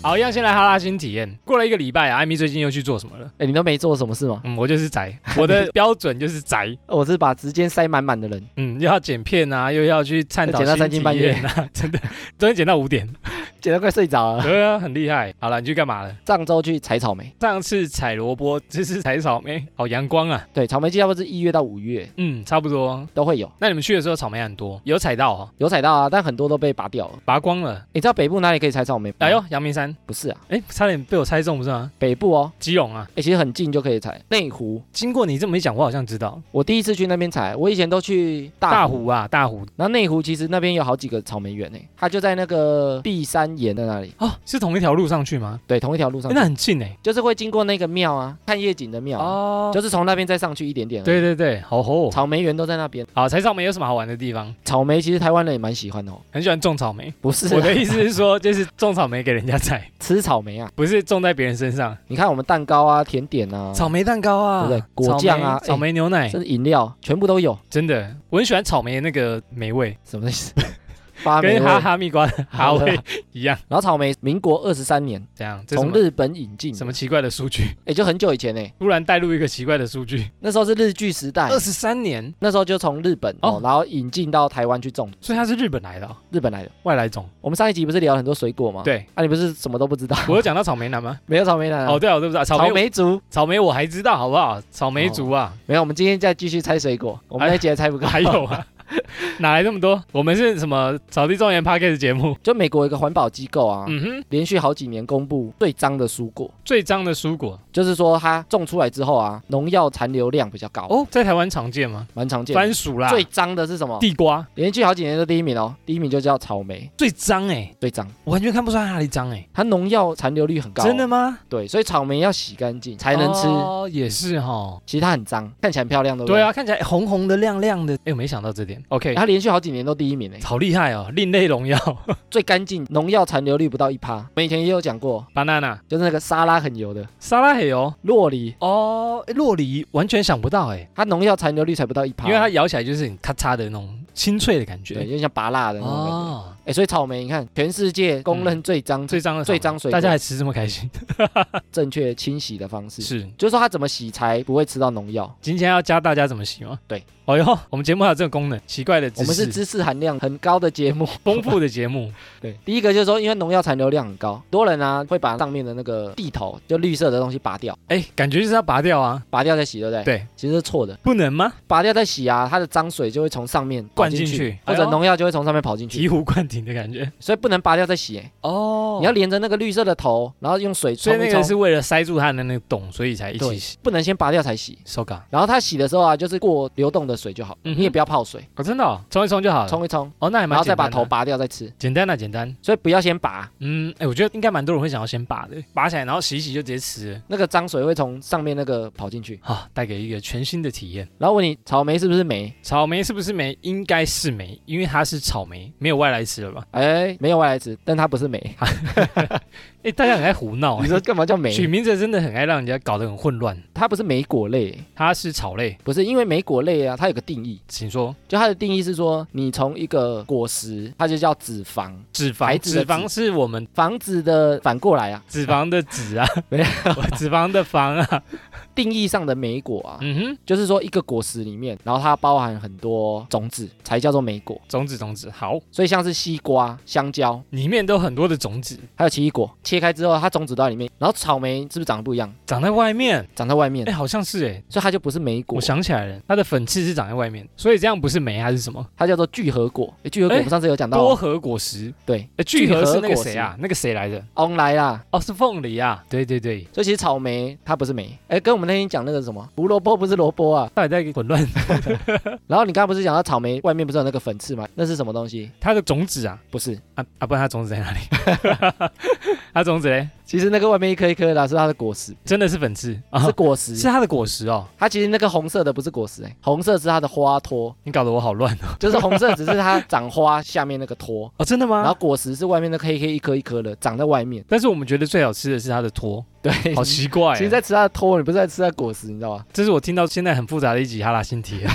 好，一样先来哈拉新体验。过了一个礼拜啊，艾米最近又去做什么了？哎、你都没做什么事吗？呃嗯，我就是宅，我的 标准就是宅。我是把时间塞满满的人， 嗯，又要剪片啊，又要去探讨剪到三新更体半夜验啊， 真的，昨天剪到五点。剪得快睡着了。对啊，很厉害。好了，你去干嘛了？上周去采草莓，上次采萝卜，这次采草莓，好阳光啊。对，草莓季差不多是一月到五月嗯，差不多。都会有，那你们去的时候草莓很多，有采到哦，有采到啊，但很多都被拔掉了。拔光了。你知道北部哪里可以采草莓吗？哎呦，，阳明山，不是啊，哎，差点被我猜中，不是吗？北部哦，基隆啊，哎、其实很近就可以采。内湖，经过你这么一讲，我好像知道我第一次去那边采，我以前都去大大湖，湖啊，大湖然后内湖其实那边有好几个草莓园诶、它就在那个碧山岩的那里，哦，是同一条路上去吗？对，同一条路上诶去，那很近哎。就是会经过那个庙啊，看夜景的庙、啊，哦，就是从那边再上去一点点。，对对对，好吼。草莓园都在那边。好，采草莓有什么好玩的地方？草莓其实台湾人也蛮喜欢的哦，很喜欢种草莓。不是、啊我的意思是说，就是种草莓给人家采，吃草莓啊，不是种在别人身上。你看我们蛋糕啊、甜点啊，草莓蛋糕啊，对不对果酱啊草莓草莓牛奶，甚至饮料全部都有，真的，我很喜欢草莓的那个美味，什么意 思？发霉跟味。哈哈蜜瓜的哈 好的味一样。然后草莓，民国二十三年这样，这是什从么日本引进的，什么奇怪的数据？也就很久以前呢，突然带入一个奇怪的数据，那时候是日剧时代二，十三年，那时候就从日本哦哦，然后引进到台湾去种，所以它是日本来的哦、日本来的。外来 种。我们上一集不是聊了很多水果吗？，对，啊，你不是什么都不知道， 我有讲到草莓男吗？没有草莓奶啊哦，，对啊，我对不知道草莓草莓族草莓我还知道，好不好？草莓族啊，没有，我们今天再继续猜水果，我们那一集还猜不够，哎还有哦啊， 哪来这么多？我们是什么草地庄园 p a c k a g e 节目？ 就美国有一个环保机构啊，嗯哼，连续好几年公布最脏的蔬果，最脏的蔬果就是说它种出来之后啊，农药残留量比较高，哦，在台湾常见吗？蛮常见的。番薯啦，最脏的是什么？地瓜连续好几年都第一名哦，第一名就叫草莓，最脏哎、最脏，我完全看不出来哪里脏哎、它农药残留率很高。哦真的？吗？对，所以草莓要洗干净才能吃。哦，也是哈。其实它很脏，看起来很漂亮，对不对对？啊，看起来红红的、亮亮的。哎、我没想到这点。OK，它连续好几年都第一名诶，好厉害哦，另类荣耀。 最干净，农药残留率不到一趴。我们以前也有讲过， banana 就是那个沙拉很油的沙拉黑哦。洛梨，哦，诶洛梨完全想不到哎，它农药残留率才不到一趴，因为它咬起来就是很咔嚓的那种清脆的感对，有觉。点像拔辣的那种感觉。哦，哎，所以草莓，你看，全世界公认最脏、最最脏的最脏水果大家还吃这么开心？正确清洗的方式，是，就是说它怎么洗才不会吃到农药。今天要教大家怎么洗吗？对，哦哟，我们节目还有这个功能，奇怪的知识，我们是知识含量很高的节目， 丰富的节目。对，第一个就是说，因为农药残留量很高，多人啊会把上面的那个地头，就绿色的东西拔掉，哎，感觉就是要拔掉啊，拔掉再洗，对不对？对，其实是错的，不能吗？拔掉再洗啊，它的脏水就会从上面灌跑进进去或哎者呦农药就会从上面跑进去，醍醐灌顶的感觉。所以不能拔掉再洗、欸哦你要连着那个绿色的头，然后用水所冲以那一个冲，是为了塞住它的那个洞，所以才一起对洗。不能先拔掉才洗。手感然后它洗的时候啊，就是过流动的水就好，嗯哼你也不要泡水，哦，真的哦冲一冲就好了。冲一冲，哦，那还然蛮后简再把单的。头拔掉再吃，简单啊，简单。所以不要先拔，嗯，哎，我觉得应该蛮多人会想要先拔的，拔起来然后洗一洗就直接吃了，那个脏水会从上面那个跑进去。啊，带给一个全新的体验。然后问你草莓是不是霉？草莓是不是莓？应该是莓，因为它是草莓，没有外来词了 吧？哎，没有外来词，但它不是霉。哎，大家很爱胡闹、你哎说干嘛叫莓？取名字真的很爱让人家搞得很混乱。它不是莓果类，它是草类，不是因为莓果类啊，它有个定义，请说。就它的定义是说，你从一个果实，它就叫子房，脂孩肪，子的脂肪是我们房子的反过来啊，脂肪的脂啊， 没有 脂肪的肪啊。定义上的莓果啊，嗯哼，就是说一个果实里面，然后它包含很多种子，才叫做莓果。种子种子，好，所以像是西瓜、香蕉，里面都有很多的种子还有奇异果，切开之后它种子都在里面，然后草莓是不是长得不一样？长在外面。长在外面哎、，好像是哎、所以它就不是莓果我，想起来了，它的粉刺是长在外面，所以这样不是莓还是什么？它叫做聚合果。诶聚合果哎我们上次有讲到多哦，核果实，对，哎、聚合是那个聚合果谁啊？那个谁来的？翁来啦。哦，是凤梨啊。对对对，所以其实草莓它不是莓，哎，跟我们那天讲那个什么胡萝卜不是萝卜啊，到底在混乱？ 然后你刚刚不是讲到草莓外面不是有那个粉刺吗？那是什么东西？它的种子啊不是，啊啊！不然它种子在哪里？ 它种子嘞，其实那个外面一颗一颗的啊、是它的果实，真的是粉刺啊是，果是实。它的果实哦。它其实那个红色的不是果实、哎，红色是它的花托，你搞得我好乱哦。就是红色只是它长花下面那个托，哦，真的然后吗？果实是外面那个黑黑一颗一颗的长在外面。但是我们觉得最好吃的是它的托，对，好哎其奇怪、实欸。在吃它的托，你不是在吃它的果实，你知道吗？这是我听到现在很复杂的一集哈拉新 体验。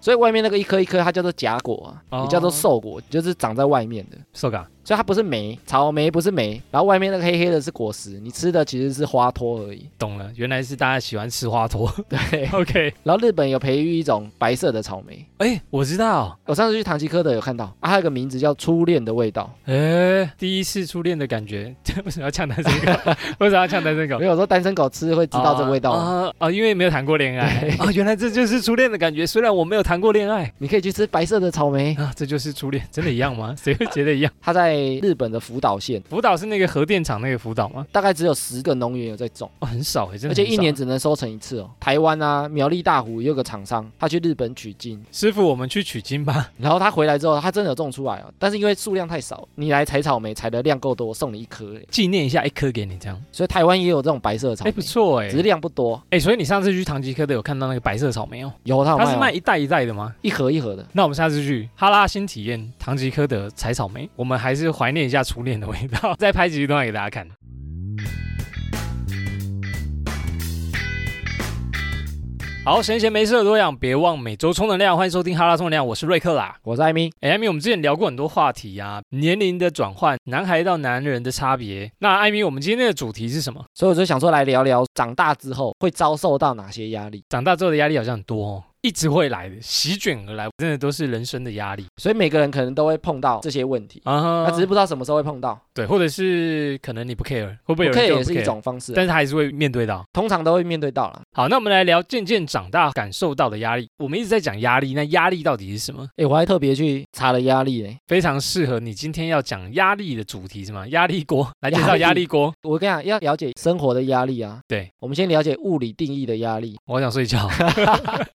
所以外面那个一颗一颗它叫做假果啊，哦也叫做瘦果，就是长在外面的。 So ga，所以它不是莓，草莓不是莓，然后外面那个黑黑的是果实，你吃的其实是花托 而已。懂了，原来是大家喜欢吃花托。 对， OK，然后日本有培育一种白色的草莓，哎、我知道，我上次去唐吉诃德有看到，啊，它有个名字叫初恋的味道。哎、第一次初恋的感觉， 为什么要呛男生狗？ 为什么要呛男生狗没？有我说单身狗吃会知道这个味道吗？啊啊！因为没有谈过恋爱 啊，原来这就是初恋的感觉。虽然我没有谈过恋爱 你可以去吃白色的草莓。啊，这就是初恋，真的一样吗？ 谁会觉得一样？它在日本的福岛县，福岛是那个核电厂那个福岛吗？大概只有十个农园有在种，哦，很少哎、真的很少。而且一年只能收成一次哦。台湾啊，苗栗大湖也有个厂商，他去日本取经，师傅，我们去取经吧。然后他回来之后，他真的有种出来哦，但是因为数量太少，你来采草莓采的量够多，送你一颗而已， 纪念一下一颗给你这样。所以台湾也有这种白色的草哎、莓，不错哎、只是量不多，哎、所以你上次去唐吉诃德有看到那个白色草莓哦，有它有卖、它哦，是卖一袋一袋的吗？一盒一盒的。那我们下次去哈拉新体验唐吉诃德采草莓，我们还是怀念一下初恋的味道， 再拍几段给大家看。好，闲闲没事的多养，别忘每周充能量。欢迎收听哈拉充能量，我是瑞克啦。我是艾米，哎，艾米，我们之前聊过很多话题啊，年龄的转换，男孩到男人的差别。那艾米，我们今天的主题是什么？所以我就想说来聊聊长大之后会遭受到哪些压力。长大之后的压力好像很多哦，一直会来的，席卷而来，真的都是人生的压力所以每个人可能都会碰到这些问题，啊哈。他只是不知道什么时候会碰到。对，或者是可能你不 care，会不会有人可根以也本不是一 care，种方式啊，但是他还是会面对到。通常都会面对到啦。好，那我们来聊渐渐长大感受到的压力。我们一直在讲压力，那压力到底是什么？诶，我还特别去查了压力呢。非常适合你今天要讲压力的主题是吗？压力锅来介压绍力压力锅。我跟你讲，要了解生活的压力啊。对，我们先了解物理定义的压力。我好想睡 觉。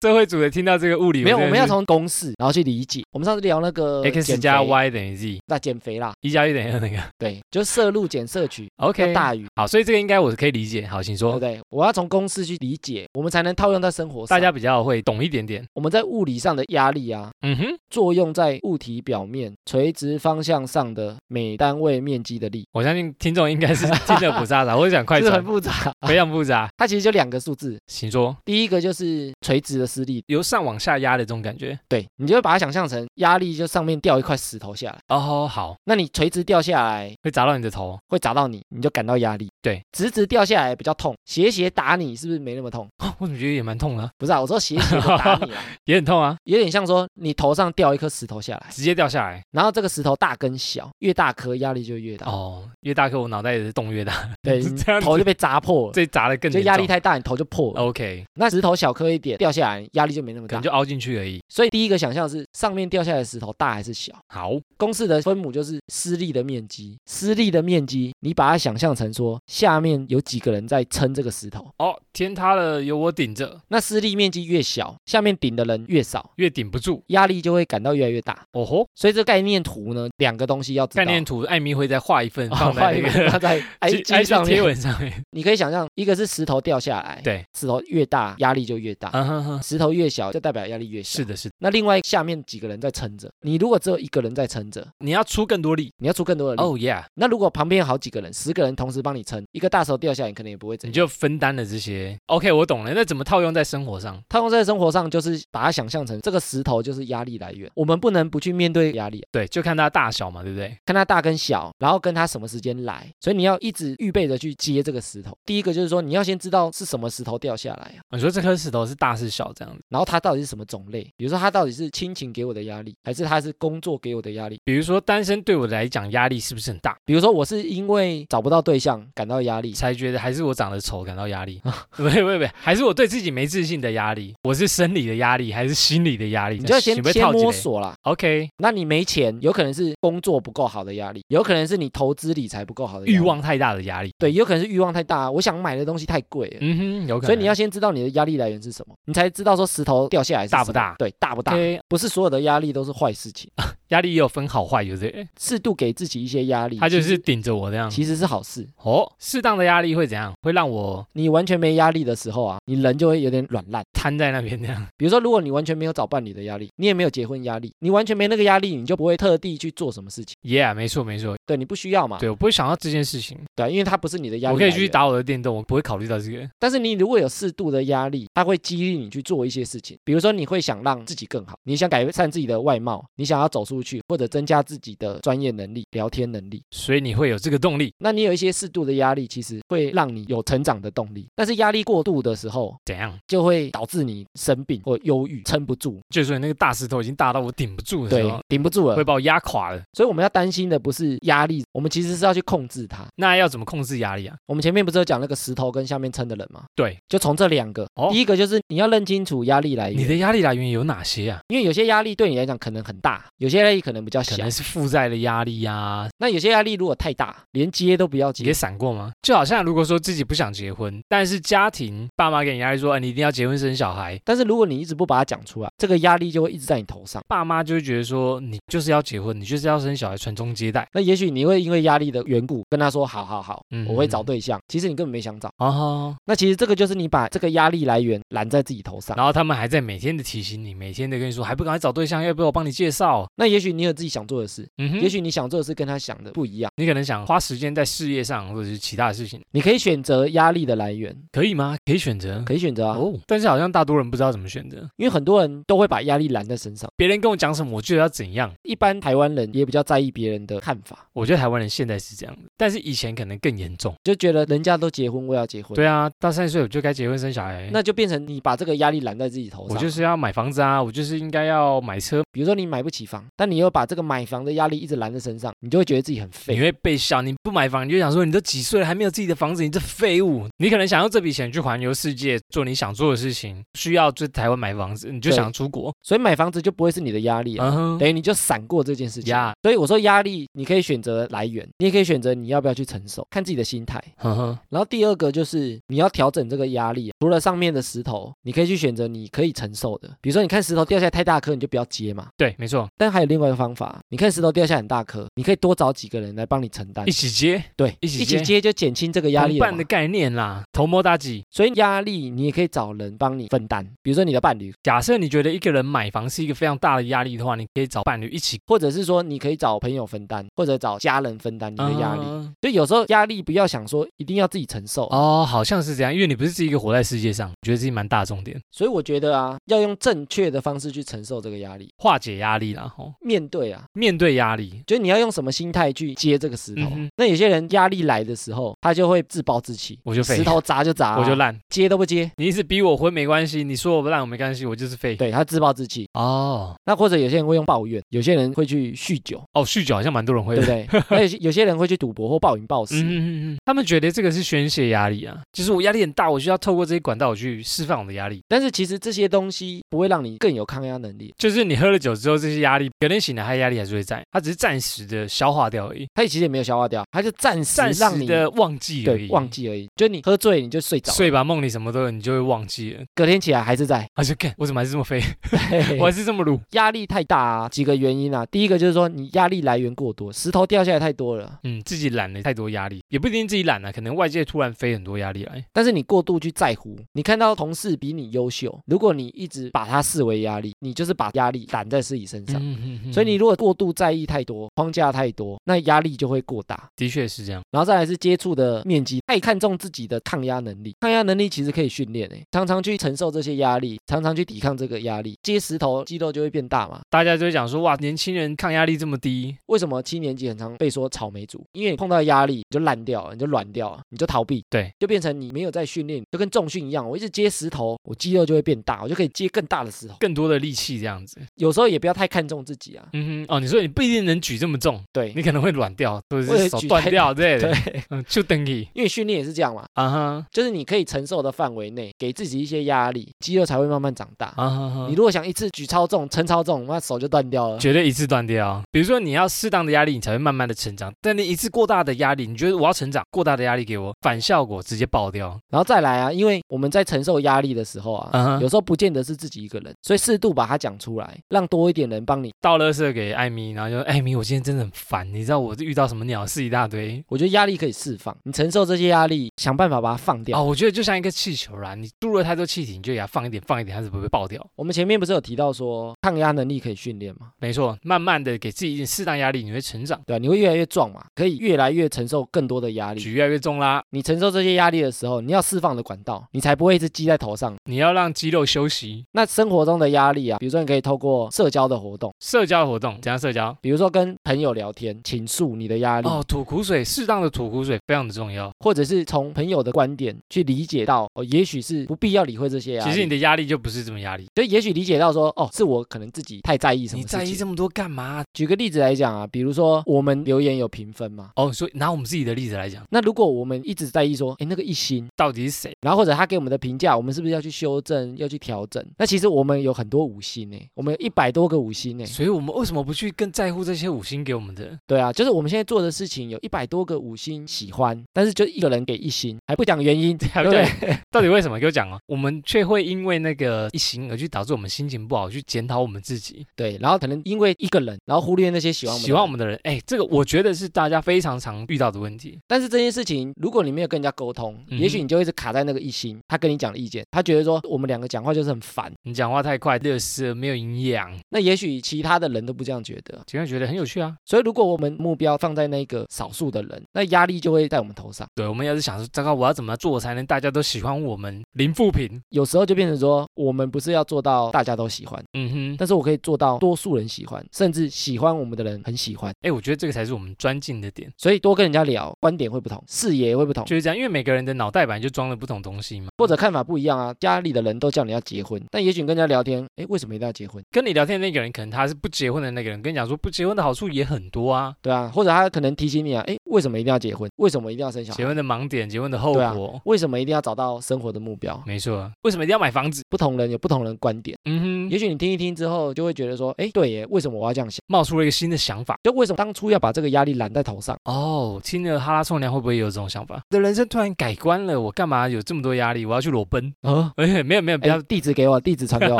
社会主的听到这个物理，没有，我真的们要是从公式然后去理解。我们上次聊那个 x 减加肥， y 等于 z，那减肥啦，一加一等于二那个。对，就摄入减摄取 OK，要大于，好，所以这个应该我可以理解。好，请对不说，对？我要从公式去理解，我们才能套用在生活上。大家比较会懂一点点。我们在物理上的压力啊，嗯哼，作用在物体表面垂直方向上的每单位面积的力，我相信听众应该是 听得不差的，我想快是不是很转，复杂。非常复杂。它其实就两个数字，请说，第一个就是垂直的施力，由上往下压的这种感觉。对，你就会把它想象成压力，就上面掉一块石头下来，哦，好，那你垂直掉下来会砸到你的头。会砸到你，你就感到压力。对，直直掉下来比较痛，斜斜打你是不是没那么痛？哦我怎么觉得也蛮痛的啊、不是啊，我说斜斜的打 你啊，也很痛啊，有点像说你头上掉一颗石头下来，直接掉下来。然后这个石头大跟小，越大颗压力就越大，哦，越大颗我脑袋也是洞越大， 对，是你这样头子就被砸破了。这砸的更就严压力重。太大，你头就破了。 OK，那石头小颗一点，掉下来压力就没那么可大能。就凹进去而已。所以第一个想象是上面掉下来的石头大还是小？好，公式的分母就是施力的面积，施力的面积，你把它想象成说下面有几个人在撑这个石头，哦，天塌了有我顶着，那施力面积越小，下面顶的人越少，越顶不住。压力就会感到越来越大。哦吼，所以这概念图呢，两个东西要知道。概念图艾米会再画一份哦放 在那画一 个个放在 IG 上 IG 贴面，文上面。你可以想象，一个是石头掉下来，对，石头越大压力就越大，啊哈哈，石头越小就代表压力越小。是的，是的，那另外下面几个人在撑着，你如果只有一个人在撑着，你要出更多力。你要出更多的力。哦 yeah，那如果旁边有好几个人，十个人同时帮你撑，一个大石头掉下来，你可能也不会怎你就样。分担了这些。OK，我懂了。那怎么套用在生活上？套用在生活上，就是把它想象成这个石头就是压力来源，我们不能不去面对压力，对，就看它大小嘛，对不对？看它大跟小，然后跟它什么时间来，所以你要一直预备着去接这个石头。第一个就是说，你要先知道是什么石头掉下来啊，哦你说这颗石头是大是小这样子。然后它到底是什么种类，比如说它到底是亲情给我的压力，还是它是工作给我的压力。比如说单身对我来讲压力是不是很大？比如说我是因为找不到对象感到压力，才觉得还是我长得丑感到压力？ 不不不，还是我对自己没自信的压力？我是生理的压力还是心理的压力？你就要想先要先套摸几个索啦。 OK，那你没钱，有可能是工作不够好的压力，有可能是你投资理财不够好的压力欲，望太大的压力。对，有可能是欲望太大，啊我想买的东西太贵了。嗯哼，有可能。所以你要先知道你的压力来源是什么，你才知道说石头掉下来是大什不么大对，大不大？ OK，不是所有的压力都是坏事 情，压力也有分好坏，对不对？适度给自己一些压力，他就其是嗯实顶着我这样。其实是好事。哦，适当的压力会怎样？会让我你完全没压力的时候啊，你人就会有点软烂。瘫在那边那样。比如说，如果你完全没有找伴侣的压力，你也没有结婚压力，你完全没那个压力，你就不会特地去做什么事情。 Yeah，没错没错，对你不需要嘛？对我不会想到这件事情，对啊，因为它不是你的压力。我可以去。打我的电动，我不会考虑到这个。但是你如果有适度的压力，它会激励你去做一些事情。比如说，你会想让自己更好，你想改善自己的外貌，你想要走出出去，或者增加自己的专业能力、聊天能力。所以你会有这个动力。那你有一些适度的压力，其实会让你有成长的动力。但是压力过度的时候，怎样？就会导致你生病或忧郁，撑不住，就是说那个大石头已经大到我顶不住的时对候，，顶不住会了。把我压垮了。所以我们要担心的不是压力，我们其实是要去控制它。那要怎么控制压力啊？我们前面不是有讲那个石头跟下面撑的人吗？对，就从这两个，哦第一个就是你要认清楚压力来你源，的压力来源有哪些啊？因为有些压力对你来讲可能很大，有些压力可能比较可小能。是负债的压力呀、啊那有些压力如果太大，连接都不要你也接，闪过吗？就好像如果说自己不想结婚，但是家庭爸妈给你压力说，哎，你一定要结婚生小孩，但是如果你一直不把它讲出来，这个压力就会一直在你头上。爸妈就会觉得说，你就是要结婚，你就是要生小孩，传宗接代。那也许你会因为压力的缘故跟他说好好好，嗯我会找对象，其实你根本没想找。哦，那其实这个就是你把这个压力来源揽在自己头上。然后他们还在每天的提醒你，每天的跟你说，还不赶快找对象，要不要我帮你介绍？那也许你有自己想做的事，嗯哼，也许你想做的事跟他想的不一样。你可能想花时间在事业上，或者是其他的事情，你可以选择压力的来源，可以吗？可以选择。可以选择啊，哦，但是好像大多人不知道怎么选择，因为很多人都会把压力揽在身上。别人跟我讲什么，我就要怎样。一般台湾人也比较在意别人的看法，我觉得台湾人现在是这样的，但是以前可能更严重。就觉得人家都结婚，我也要结婚。对啊，到三十岁我就该结婚生小孩，那就变成你把这个压力揽在自己头我上。就是要买房子啊，我就是应该要买车，比如说你买不起房，但你又把这个买房的压力一直揽在身上，你就会觉得自己很你废。会被笑，你不买房你就想说你都几岁了还没有自己的房子，你这废物。你可能想用这笔钱去环游世界，做你想做的事情，需要就台湾买房子，你就对想出国，所以买房子就不会是你的压力啊，嗯哼，等于你就闪过这件事情呀。所以我说压力，你可以选择来源，你也可以选择你要不要去承受，看自己的心态。嗯哼，然后第二个就是你要调整这个压力，除了上面的石头，你可以去选择你可以承受的，比如说你看石头掉下来太大颗，你就不要接嘛。对，没错，但还有另外一个方法，你看石头掉下来很大颗，你可以多找几个人来帮你承担一，起接对，一起接接就减轻这个压力同了伴嘛的概念啦，头摸大己。所以压力你也可以找人帮你分担，比如说你的伴侣，假设你觉得一个人买房是一个非常大的压力的话，你可以找伴侣一起或者是说你可以找朋友分担，或者找家人分担你的压力。嗯就有时候压力不要想说一定要自己承受，啊哦，好像是这样，因为你不是自己一个活在世界上，觉得自己蛮大众点，所以我觉得啊，要用正确的方式去承受这个压力，化解压力啦，吼，面对啊。面对压力，就是你要用什么心态去接这个石头？嗯哼那有些人压力来的时候，他就会自暴自弃，我就废石，头砸就砸 啊、我就烂，接都 不接，你一直逼我婚没关系，你说我不烂我没关系，我就是废。对他自暴自弃。哦那或者有些人会用抱怨，有些人会去酗 酒，哦，酗酒好像蛮多人会对不的。对？ 那有些有些人会去赌博或暴饮暴食。嗯嗯嗯嗯，他们觉得这个是宣泄压力啊，就是我压力很大，我需要透过这些管道我去释放我的压力。但是其实这些东西不会让你更有抗压能力，就是你喝了酒之后，这些压力，隔天醒来，他压力还是会在，他只是暂时的消化掉而已，它其实也没有消化掉，它就暂时暂让时你的忘记而对已，忘记而已。就你喝醉你就睡着，睡吧，梦里什么都有，你就会忘记了。隔天起来还是在。他就看我怎么还是这么 废，嘿嘿 我还嘿是这么鲁。 压力太大啊，几个原因啊。第一个就是说你压力来源过多，石头掉下来太多了，嗯，自己揽了太多压力，也不一定自己揽了、可能外界突然飞很多压力来。但是你过度去在乎，你看到同事比你优秀，如果你一直把它视为压力，你就是把压力揽在自己身上。嗯所以你如果过度在意太多，框架太多，那压力就会过大。的确是这样，然后再来是接触的面积，太看重自己的抗压能力。抗压能力其实可以训练诶，欸常常去承受这些压力，常常去抵抗这个压力，接石头肌肉就会变大嘛。大家就会讲说，哇，年轻人抗压力这么低，为什么七年级很常被说草莓族？因为你碰到压力你就烂掉了，你就软掉了，你就逃避，对，就变成你没有在训练，就跟重训一样，我一直接石头，我肌肉就会变大，我就可以接更大的石头。更多的力气这样子。有时候也不要太看重自己啊，嗯哼，哦，你说你不一定能举这么重，对 你可能会软掉，或者我是也手举断太掉之 类对的。，嗯，就等你因为训练也是这样嘛，啊哈就是你可以承受的范围内，给自己一些压力，肌肉才会慢慢长大。啊哈哈你。如果想一次举超重、撑超重，那手就断掉了。绝对一次断掉。比如说，你要适当的压力，你才会慢慢的成长。但你一次过大的压力，你觉得我要成长，过大的压力给我反效果，直接爆掉。然后再来啊，因为我们在承受压力的时候啊。嗯哼，有时候不见得是自己一个人，所以适度把它讲出来，让多一点人帮你。倒垃圾给艾米，然后就艾米，我今天真的很烦，你知道我遇到什么鸟事一大堆。我觉得压力可以释放，你承受这些压力，想办法把它放掉。哦，我觉得就像一个气球啦，你注入了太多气体，你就给它放一点，放一点，它是不会爆掉。我们前面不是有提到说抗压能力可以训练吗？没错，慢慢的给自己一点适当压力，你会成长。啊对吧、你会越来越壮嘛，可以越越来越承受更多的压力。举越来越重啦，你承受这些压力的时候，你要释放的管道，你才不会一直积在头上。你要让肌肉休息。那生活中的压力啊，比如说你可以透过社交的活动，社交活动怎样？社交比如说跟朋友聊天，倾诉你的压力，哦，吐苦水，适当的吐苦水非常的重要。或者是从朋友的观点去理解到，哦，也许是不必要理会这些压力。其实你的压力就不是这么压力，就也许理解到说，哦，是我可能自己太在意什你么事在意情。这么多干嘛？举个例子来讲啊，比如说我们留言有评分嘛，哦，所以拿我们自己的例子来讲，那如果我们一直在意说，哎，那个一星，到底是谁？然后或者他给我们的评价，我们是不是要去修正，要去调整？那其实我们有很多五星呢，我们有一百多个五星呢。所以我们为什么不去更在乎这些五星给我们的？对啊，就是我们现在做的事情有一百多个五星喜欢，但是就一个人给一星，还不讲原因，对还不不对？讲到底为什么？给我讲哦。我们却会因为那个一行而去导致我们心情不好，去检讨我们自己， 对，然后可能因为一个人，然后忽略那些喜欢我们的人喜欢我们的人。哎，这个我觉得是大家非常常遇到的问题。但是这件事情，如果你没有跟人家沟通，嗯哼也许你就一直卡在那个一心。他跟你讲的意见，他觉得说我们两个讲话就是很烦。你讲话太快，热色没有营养，那也许其他的人都不这样觉得。就会觉得很有趣啊。所以，如果我们目标放在那个少数的人，那压力就会在我们头上。对，我们要是想说，糟糕，我要怎么做才能大家都喜欢我们？零负评。有时候就变成说，我们不是要做到大家都喜欢，嗯哼，但是我可以做到多数人喜欢，甚至喜欢我们的人很喜欢。哎，我觉得这个才是我们专进的点，所以多跟人家聊，观点会不同，视野会不同，就是这样。因为每个人的脑袋本来就装了不同东西嘛。或者看法不一样啊。家里的人都叫你要结婚，但也许你跟人家聊天，诶，为什么一定要结婚？跟你聊天的那个人，可能他是不结婚的那个人，跟你讲说不结婚的好处也很多啊。对啊，或者他可能提醒你啊，诶，为什么一定要结婚？为什么一定要生小结孩？婚的盲点，结婚的后对啊果，为什么一定要找到生活的目标？没错。为什么一定要买房子？不同人有不同人观点，嗯哼，也许你听一听之后，就会觉得说，诶，对耶，为什么我要这样想？冒出了一个新的想法。就为什么当初要把这个压力揽在头上？哦，听了哈拉冲凉会不会也有这种想法？我的人生突然改观了，我干嘛有这么多压力？我要去裸奔？啊，哎、 没有没有，不哎要，，地址给我，地址传给 我。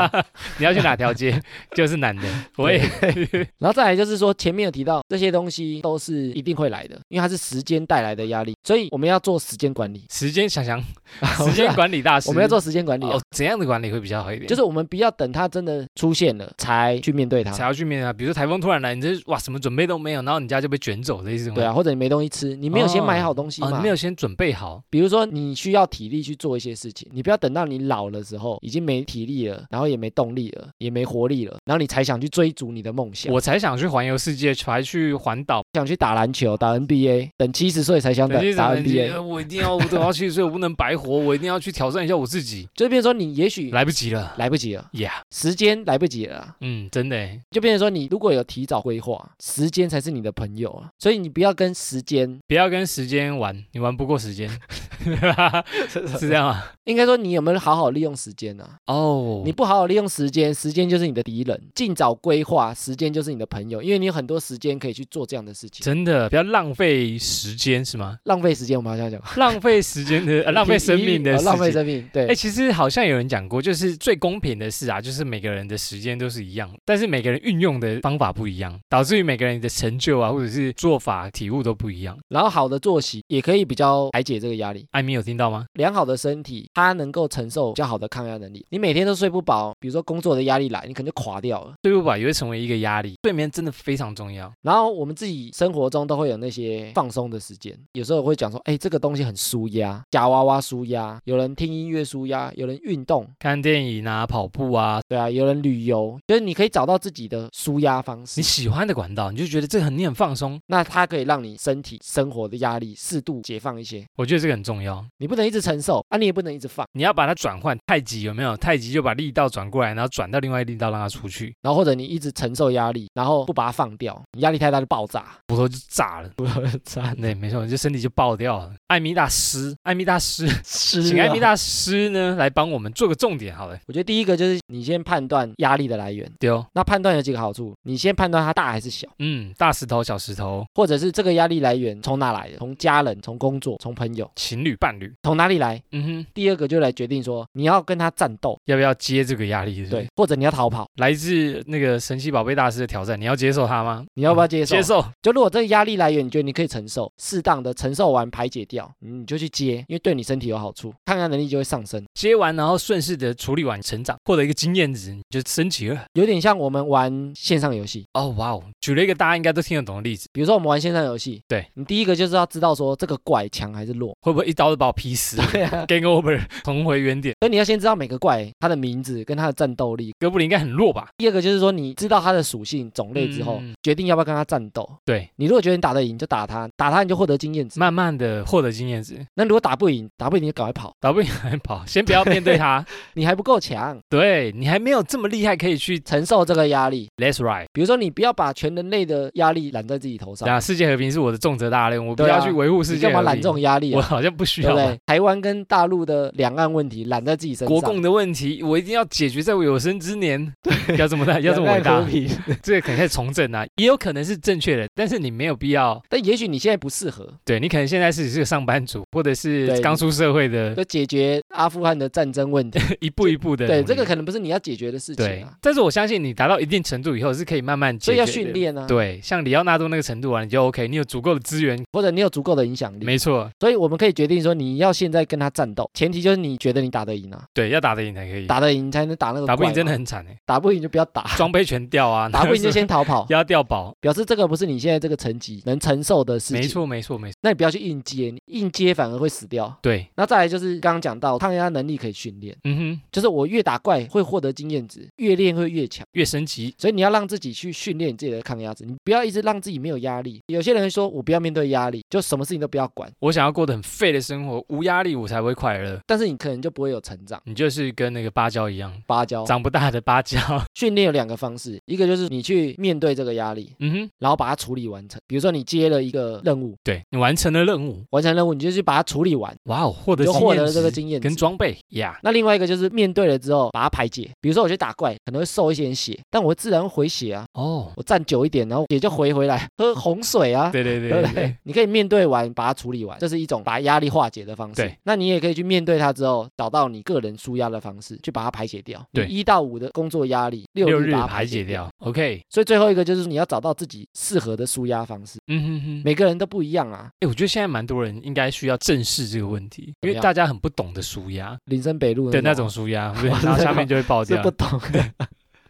你要去哪条街？ 就是男的，我也。然后再来就是说，前面有提到这些东西都是一定会来的，因为它是时间带来的压力，所以我们要做时间管理时间想想， 时间管理大师， 我们要做时间管理啊、哦，怎样的管理会比较好一点？就是我们不要等它真的出现了才去面对它才。要去面对它。比如说台风突然来，你这哇什么准备都没有，然后你家就被卷走的意思吗？对啊，或者你没东西吃，你没有先哦买好东西哦，嘛？你没有先准备好，比如说你需要体力去做一些事情，你不要等到你老的时候已经没体力了，然后也没动力了，也没活力了，然后你才想去追逐你的梦想，我才想去环游世界，才去环岛。想去打篮球、打 NBA，等七十岁才想打等于什打么？你 NBA，呃我一定要我等到七十岁，我不能白活，我一定要去挑战一下我自己。就变成说你也 许来不及了来不及了， ，Yeah，时间来不及了啊。嗯，真的耶，就变成说，你如果有提早规划，时间才是你的朋友啊，所以你不要跟时间，不要跟时间玩，你玩不过时间， 是这样 吗？应该说你有没有好好利用时间啊？哦你不好好利用时间，时间就是你的敌人。尽早规划，时间就是你的朋友，因为你有很多时间可以去做这样的事情。真的不要浪费时间是吗？ 浪费时间，我们好像讲浪费时间的，呃浪费生命的 哦时浪费间。生命。哎、对，其实好像有人讲过，就是最公平的事啊，就是每个人的时间都是一样，但是每个人运用的方法不一样，导致于每个人的成就啊，或者是做法、体悟都不一样。然后好的作息也可以比较排解这个压力。艾米有听到吗？良好的身体，它能够承受较好的抗压能力。你每天都睡不饱，比如说工作的压力来，你可能就垮掉了。睡不饱也会成为一个压力，睡眠真的非常重要。然后我们自己生活中都会有那些放松的时间，有时候会讲说，哎，这个东西很舒压，夹娃娃舒压，有人听音乐舒压，有人运动，看电影啊、跑步啊，对啊，有人旅游，就是你可以找到自己的舒压方式你。喜欢的管道，你就觉得这很你很放松。那它可以让你身体生活的压力适度解放一些，我觉得这个很重要，你不能一直承受啊，你也不能一直放，你要把它转换。太极有没有？太极就把力道转过来，然后转到另外一个力道让它出去，然后或者你一直承受压力，然后不把它放掉，你压力太大就 爆炸，骨头就炸了。 对，没错，你就身体就爆掉了。艾米大师，艾米大师， 是请艾米啊。大师呢来帮我们做个重点好了。我觉得第一个就是你先判断压力的来源，对哦，那判断有几个好处，你先判断它大还是小。嗯，大石头、小石头，或者是这个压力来源从哪来的？从家人、从工作、从朋友，情侣、伴侣，从哪里来？嗯哼，第二个就来决定说你要跟他战斗，要不要接这个压力是不是？对，，或者你要逃跑，来自那个神奇宝贝大师的挑战，你要接受它吗？嗯你要不要接受？接受，就如果这个压力来源，你觉得你可以承受，适当的承受完排解掉，你就去接，因为对你身体有好处，抗压能力就会上升。接完然后顺势的处理完成长，获得一个经验值，你就升级了。有点像我们玩线上游戏，哦，哇哦，举了一个大家应该都听得懂的例子，比如说我们玩线上游戏，对你第一个就是要知道说这个怪强还是弱，会不会一刀就把我劈死 对啊， ？Game over，重回原点。所以你要先知道每个怪它的名字跟它的战斗力。哥布林应该很弱吧？第二个就是说你知道它的属性种类之后，嗯决定要不要跟它战斗。对，你如果觉得你打得赢就打它，打它你就获得经验值。慢慢的获得经验值，那如果打不赢，打不赢你就赶快跑，打不赢还跑， 先不要面对它。你还不够强，对你还没有这么厉害，可以去承受这个压力。 Let's Ride。比如说你不要把全人类的压力揽在自己头上对。啊，世界和平是我的重责大任，我不对啊要去维护世你界和干嘛平。揽这种压力我啊？好像不需对不要吧。对？台湾跟大陆的两岸问题揽在自己身上，国共的问题，我一定要解决在我有生之年。对，要这么 大，要这么伟两岸大和，平。 这个可能可以从政啊，也有可能是正确的，但是你没有必要。但也许你现在不适合，对你可能现在是是个上班族，或者是对刚出社会的，就解决阿富汗的战争问题。 一步一步的努对，力。这个可能不是你要解决的事情对啊，，但是我相信你达到一定程度以后是可以慢慢解所决的。以要训练啊，嗯对，像里奥纳多那个程度啊，你就 OK，你有足够的资源，或者你有足够的影响力。没错，所以我们可以决定说，你要现在跟他战斗，前提就是你觉得你打得赢啊，对，要打得赢才可以，打得赢才能打那个打不怪赢真的嘛很惨哎，打不赢就不要 打，装备全掉啊， 打不赢就然后是，先逃跑 要掉宝，表示这个不是你现在这个层级能承受的事情。没，错没错没错，那你不要去硬接，你硬接反而会死掉。对，那再来就是刚刚讲到抗压能力可以训练，嗯哼，就是我越打怪会获得经验值，越练会越强。越升级，所以你要让自己去训练自己的抗压值，你不要一直让自己没有压力。有些人会说我不要面对压力，就什么事情都不要管，我想要过得很废的生活，无压力我才会快乐。但是你可能就不会有成长。你就是跟那个芭蕉一样，芭蕉长不大的芭蕉。 训练有两个方式，一个就是你去面对这个压力，嗯哼，然后把它处理完成。比如说你接了一个任务，对你完成了任务，完成任务你就去把它处理完，哇哦，获得你就经获验得了这个值经验跟值。装备呀。那另外一个就是面对了之后把它排解。比如说我去打怪，可能会受一些血，但我自然会回血啊，哦，我站久一点，然后血就回回来，喝红水啊。对对对对不对对，？ 你可以面对完，把它处理完，这是一种把压力化解的方式对。那你也可以去面对它之后，找到你个人舒压的方式，去把它排解掉。对一到五的工作压力，六六日日把它排解解。掉，OK，所以最后一个就是你要找到自己适合的舒压方式，嗯哼哼。每个人都不一样啊。哎，我觉得现在蛮多人应该需要正视这个问题，因怎么为样大家很不懂得舒压林森北路的那种舒 压，对，我知然后下道面就会爆是掉不。懂的，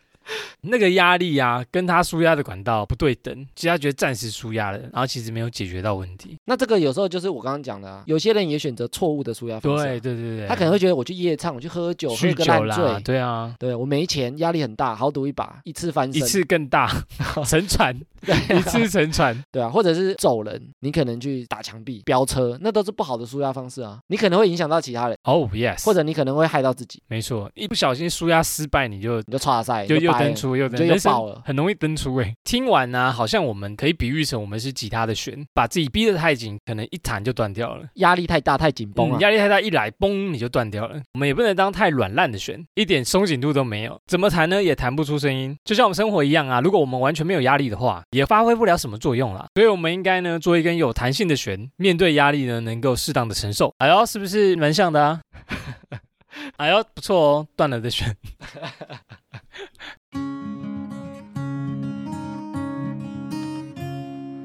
那个压力啊，跟他舒压的管道不对等，其实他觉得暂时舒压了，然后其实没有解决到问题。那这个有时候就是我刚刚讲的啊，有些人也选择错误的舒压方式对对啊。对对，他可能会觉得我去夜唱，我去喝酒，喝酗个酒烂啦，醉，对啊，对我没钱，压力很大，豪赌一把，一次翻身，一次更大，沉 船，对啊一次沉船，对啊，或者是走人，你可能去打墙壁、飙车，那都是不好的舒压方式啊。你可能会影响到其他人，哦，yes，或者你可能会害到自己，没错，一不小心舒压失败，你就你就岔赛，就你又掰登了出又你登出，就哎又人爆生了。很容易登出哎、听完呢、好像我们可以比喻成我们是吉他的弦，把自己逼得太紧，可能一弹就断掉了。压力太大、太紧绷嗯了、嗯压力太大，一来嘣你就断掉了。我们也不能当太软烂的弦，一点松紧度都没有，怎么弹呢也弹不出声音。就像我们生活一样啊，如果我们完全没有压力的话，也发挥不了什么作用啦。所以我们应该呢做一根有弹性的弦，面对压力呢能够适当的承受。哎呦，是不是蛮像的啊？ 哎呦，不错哦，断了的弦。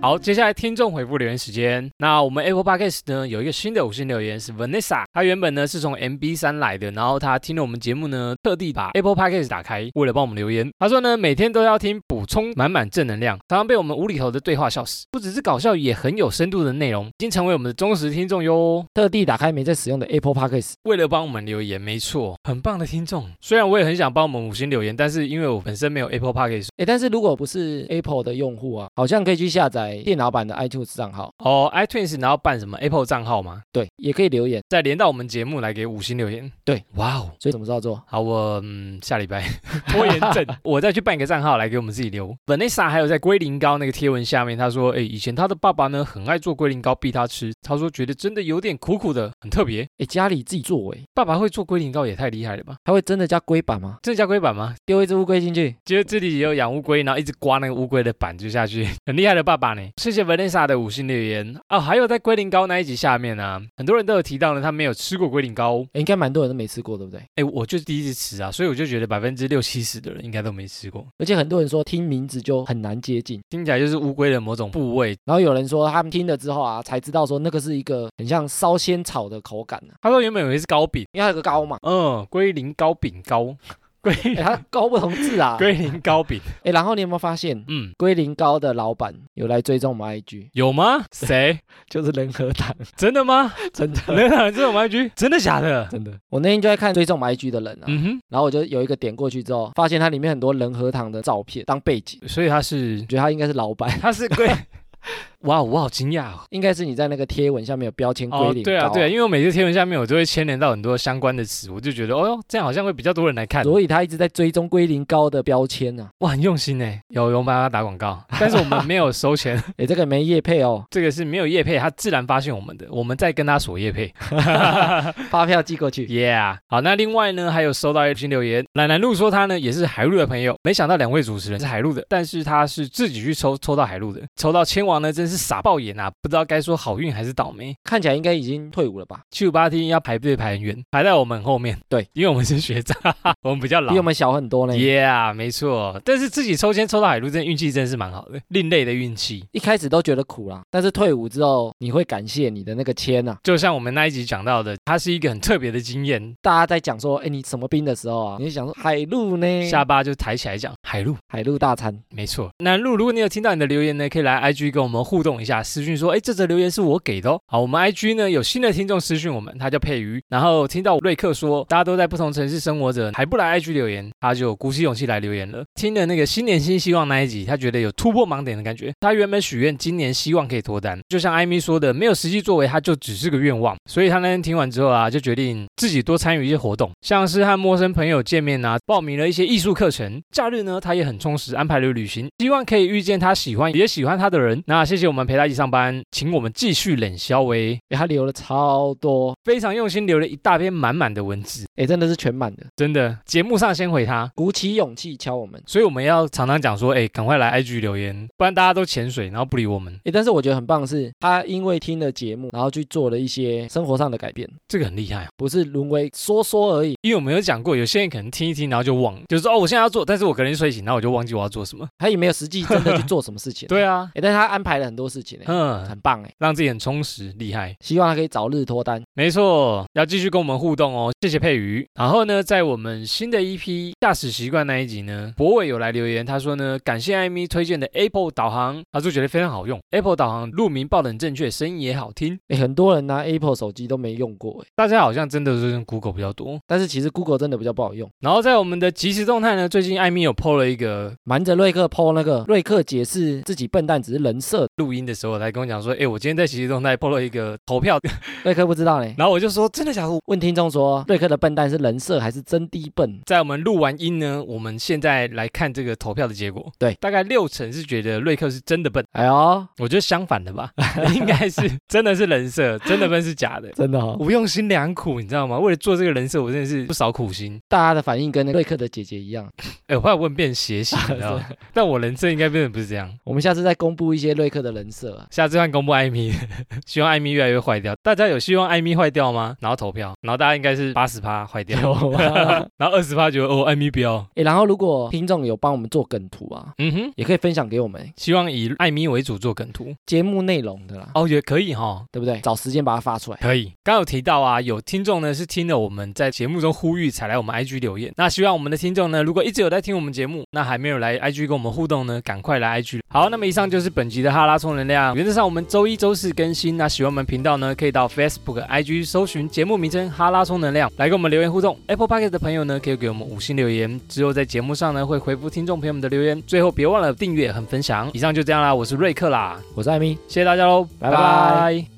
好，接下来听众回复留言时间。那我们 Apple Podcast 呢有一个新的五星留言是 Vanessa，她原本呢是从 MB 三来的，然后她听了我们节目呢，特地把 Apple Podcast 打开，为了帮我们留言。她说呢每天都要听，补充满满正能量，常常被我们无厘头的对话笑死，不只是搞笑，也很有深度的内容，已经成为我们的忠实听众哟。 特地打开没在使用的 Apple Podcast，为了帮我们留言，没错，很棒的听众。虽然我也很想帮我们五星留言，但是因为我本身没有 Apple Podcast，哎，但是如果不是 Apple 的用户啊，好像可以去下载电脑版的 iTunes 账号，哦，iTunes 然后办什么 Apple 账号嘛，对，也可以留言。再连到我们节目来给五星留言。对，哇哦。所以怎么照做？好，我嗯下礼拜 拖延症， 我再去办一个账号来给我们自己留。Vanessa 还有在龟苓膏那个贴文下面，他说，哎、以前他的爸爸呢很爱做龟苓膏逼他吃，他说觉得真的有点苦苦的，很特别。哎，家里自己做哎，爸爸会做龟苓膏也太厉害了吧？他会真的加龟板吗？这叫龟板吗？丢一只乌龟进去，就是自己有养乌龟，然后一直刮那个乌龟的板就下去，很厉害的爸爸呢。 哎。谢谢 Vanessa 的五星留言哦，还有在龟苓膏那一集下面呢、很多人都有提到呢，他没有吃过龟苓膏。诶应该蛮多人都没吃过，对不对？哎，我就是第一次吃啊，所以我就觉得百分之六七十的人应该都没吃过，而且很多人说听名字就很难接近，听起来就是乌龟的某种部位。然后有人说他们听了之后啊，才知道说那个是一个很像烧仙草的口感啊，他说原本以为是糕饼，因为它有个糕嘛，嗯，龟苓膏饼糕，龟，诶 它糕不同字啊龟苓膏饼，诶，然后你有没有发现？嗯，龟苓膏的老板有来追踪我们 IG，有吗？谁？就是仁和堂，真的吗？ 真的雷老这种玩具，真的假的？真的。我那天就在看追踪我们 IG 的人啊，嗯然后我就有一个点过去之后，发现它里面很多仁和堂的照片当背景，哼，所以他是我觉得他应该是老板，他是龟， 哇，我好惊讶哦。应该是你在那个贴文下面有标签龟哦，苓膏、对啊，对啊，因为我每次贴文下面，我都会牵连到很多相关的词，我就觉得，哦哟，这样好像会比较多人来看，所以他一直在追踪龟苓膏的标签啊，哇，很用心呢，有有帮他打广 告，但是我们没有收钱，诶，这个没业配哦，这个是没有业配，他自然发现我们的，我们再跟他索业 配。发票寄过去。 Yeah，好，那另外呢，还有收到一篇留言，奶奶露说她呢也是海陆的朋友，没想到两位主持人是海陆的，但是她是自己去抽抽到海陆的，抽到千王呢真是傻爆眼啊，不知道该说好运还是倒霉。看起来应该已经退伍了吧，去五八 T 要排队排很远，排在我们后面，对，因为我们是学长， 我们比较老比我。们小很多呢。 Yeah，没错，但是自己抽签抽到海陆，真的运气真的是蛮好的，另类的运气。一开始都觉得苦啦，但是退伍之后，你会感谢你的那个签啊。就像我们那一集讲到的，它是一个很特别的经验，大家在讲说，哎，你什么兵的时候啊，你就想说海陆呢，下巴就抬起来讲海陆。海陆大餐，没错，那露，如果你有听到你的留言呢，可以来 IG 跟我们互动一下，私讯说，哎，这则留言是我给的哦。好，我们 IG 呢有新的听众私讯我们，他叫佩瑜，然后听到瑞克说大家都在不同城市生活着，还不来 IG 留言，他就鼓起勇气来留言了。听了那个新年新希望那一集，他觉得有突破盲点的感觉。他原本许愿今年希望可以脱单，就像艾米说的，没有实际作为，他就只是个愿望。所以他那天听完之后啊，就决定自己多参与一些活动，像是和陌生朋友见面啊，报名了一些艺术课程。假日呢，他也很充实，安排了旅行，希望可以遇见他喜欢也喜欢他的人。那谢谢我们陪他一起上班，请我们继续冷消维，哎，他留了超多，非常用心留了一大篇满满的文字，哎，真的是全满的，真的。节目上先回他，鼓起勇气敲我们。所以我们要常常讲说，哎，赶快来 IG 留言，不然大家都潜水，然后不理我们，哎，但是我觉得很棒的是，他因为听了节目，然后去做了一些生活上的改变，这个很厉害哦。不是沦为说说而已，因为我们有讲过，有些人可能听一听，然后就忘了，就是说哦，我现在要做，但是我可能睡醒，然后我就忘记我要做什么。他也没有实际真的去做什么事 情。对啊，哎，但是他安排了很多事情，哎，嗯，很棒哎，让自己很充实，厉害。希望他可以早日脱单。没错，要继续跟我们互动哦，谢谢佩瑜。然后呢，在我们新的一批驾驶习惯那一集呢，博伟有来留言，他说呢，感谢艾米推荐的 Apple 导航，他说觉得非常好用，Apple 导航路名报的很正确，声音也好听。诶，很多人拿 Apple 手机都没用过，诶，大家好像真的是用 Google 比较多。但是其实 Google 真的比较不好用。然后在我们的即时动态呢，最近艾米有 PO 了一个瞒着瑞克 PO 那个，瑞克解释自己笨蛋只是人设，录音的时候，来跟我讲说，哎，我今天在即时动态 PO 了一个投票，瑞克不知道嘞。 然后我就说，真的假的？问听众说，瑞克的笨蛋是人设还是真低笨？在我们录完音呢，我们现在来看这个投票的结果。对大概六成是觉得瑞克是真的笨，哎呦，我觉得相反的吧，应该是真的是人设，真的笨是假的。真的哦，我用心良苦，你知道吗？为了做这个人设，我真的是不少苦心。大家的反应跟那瑞克的姐姐一样。哎，我怕问变邪性，你知道吗？但我人设应该变得不是这样。我们下次再公布一些瑞克的人设、啊。下次换公布艾米， 希望艾米越来越坏掉。大家有希望艾米坏掉吗？然后投票，然后大家应该是八十趴坏 掉，啊然后二十趴觉得哦艾米不要，诶，然后如果听众有帮我们做梗图啊，嗯哼，也可以分享给我们希望以艾米为主做梗图。节目内容的啦，哦，也可以哈、对不对？找时间把它发出来。可以，刚有提到啊，有听众呢是听了我们在节目中呼吁才来我们 IG 留言。那希望我们的听众呢，如果一直有在听我们节目，那还没有来 IG 跟我们互动呢，赶快来 IG。好，那么以上就是本集的哈拉充能量。原则上我们周一、周四更新。那喜欢我们频道呢，可以到 Facebook、IG 搜寻节目名称“哈拉充能量”来跟我们留言互动。Apple Podcast 的朋友呢，可以给我们五星留言，之后在节目上呢会回复听众朋友们的留言。最后别忘了订阅和分享。以上就这样啦，我是瑞克啦，我是艾米，谢谢大家喽，拜拜拜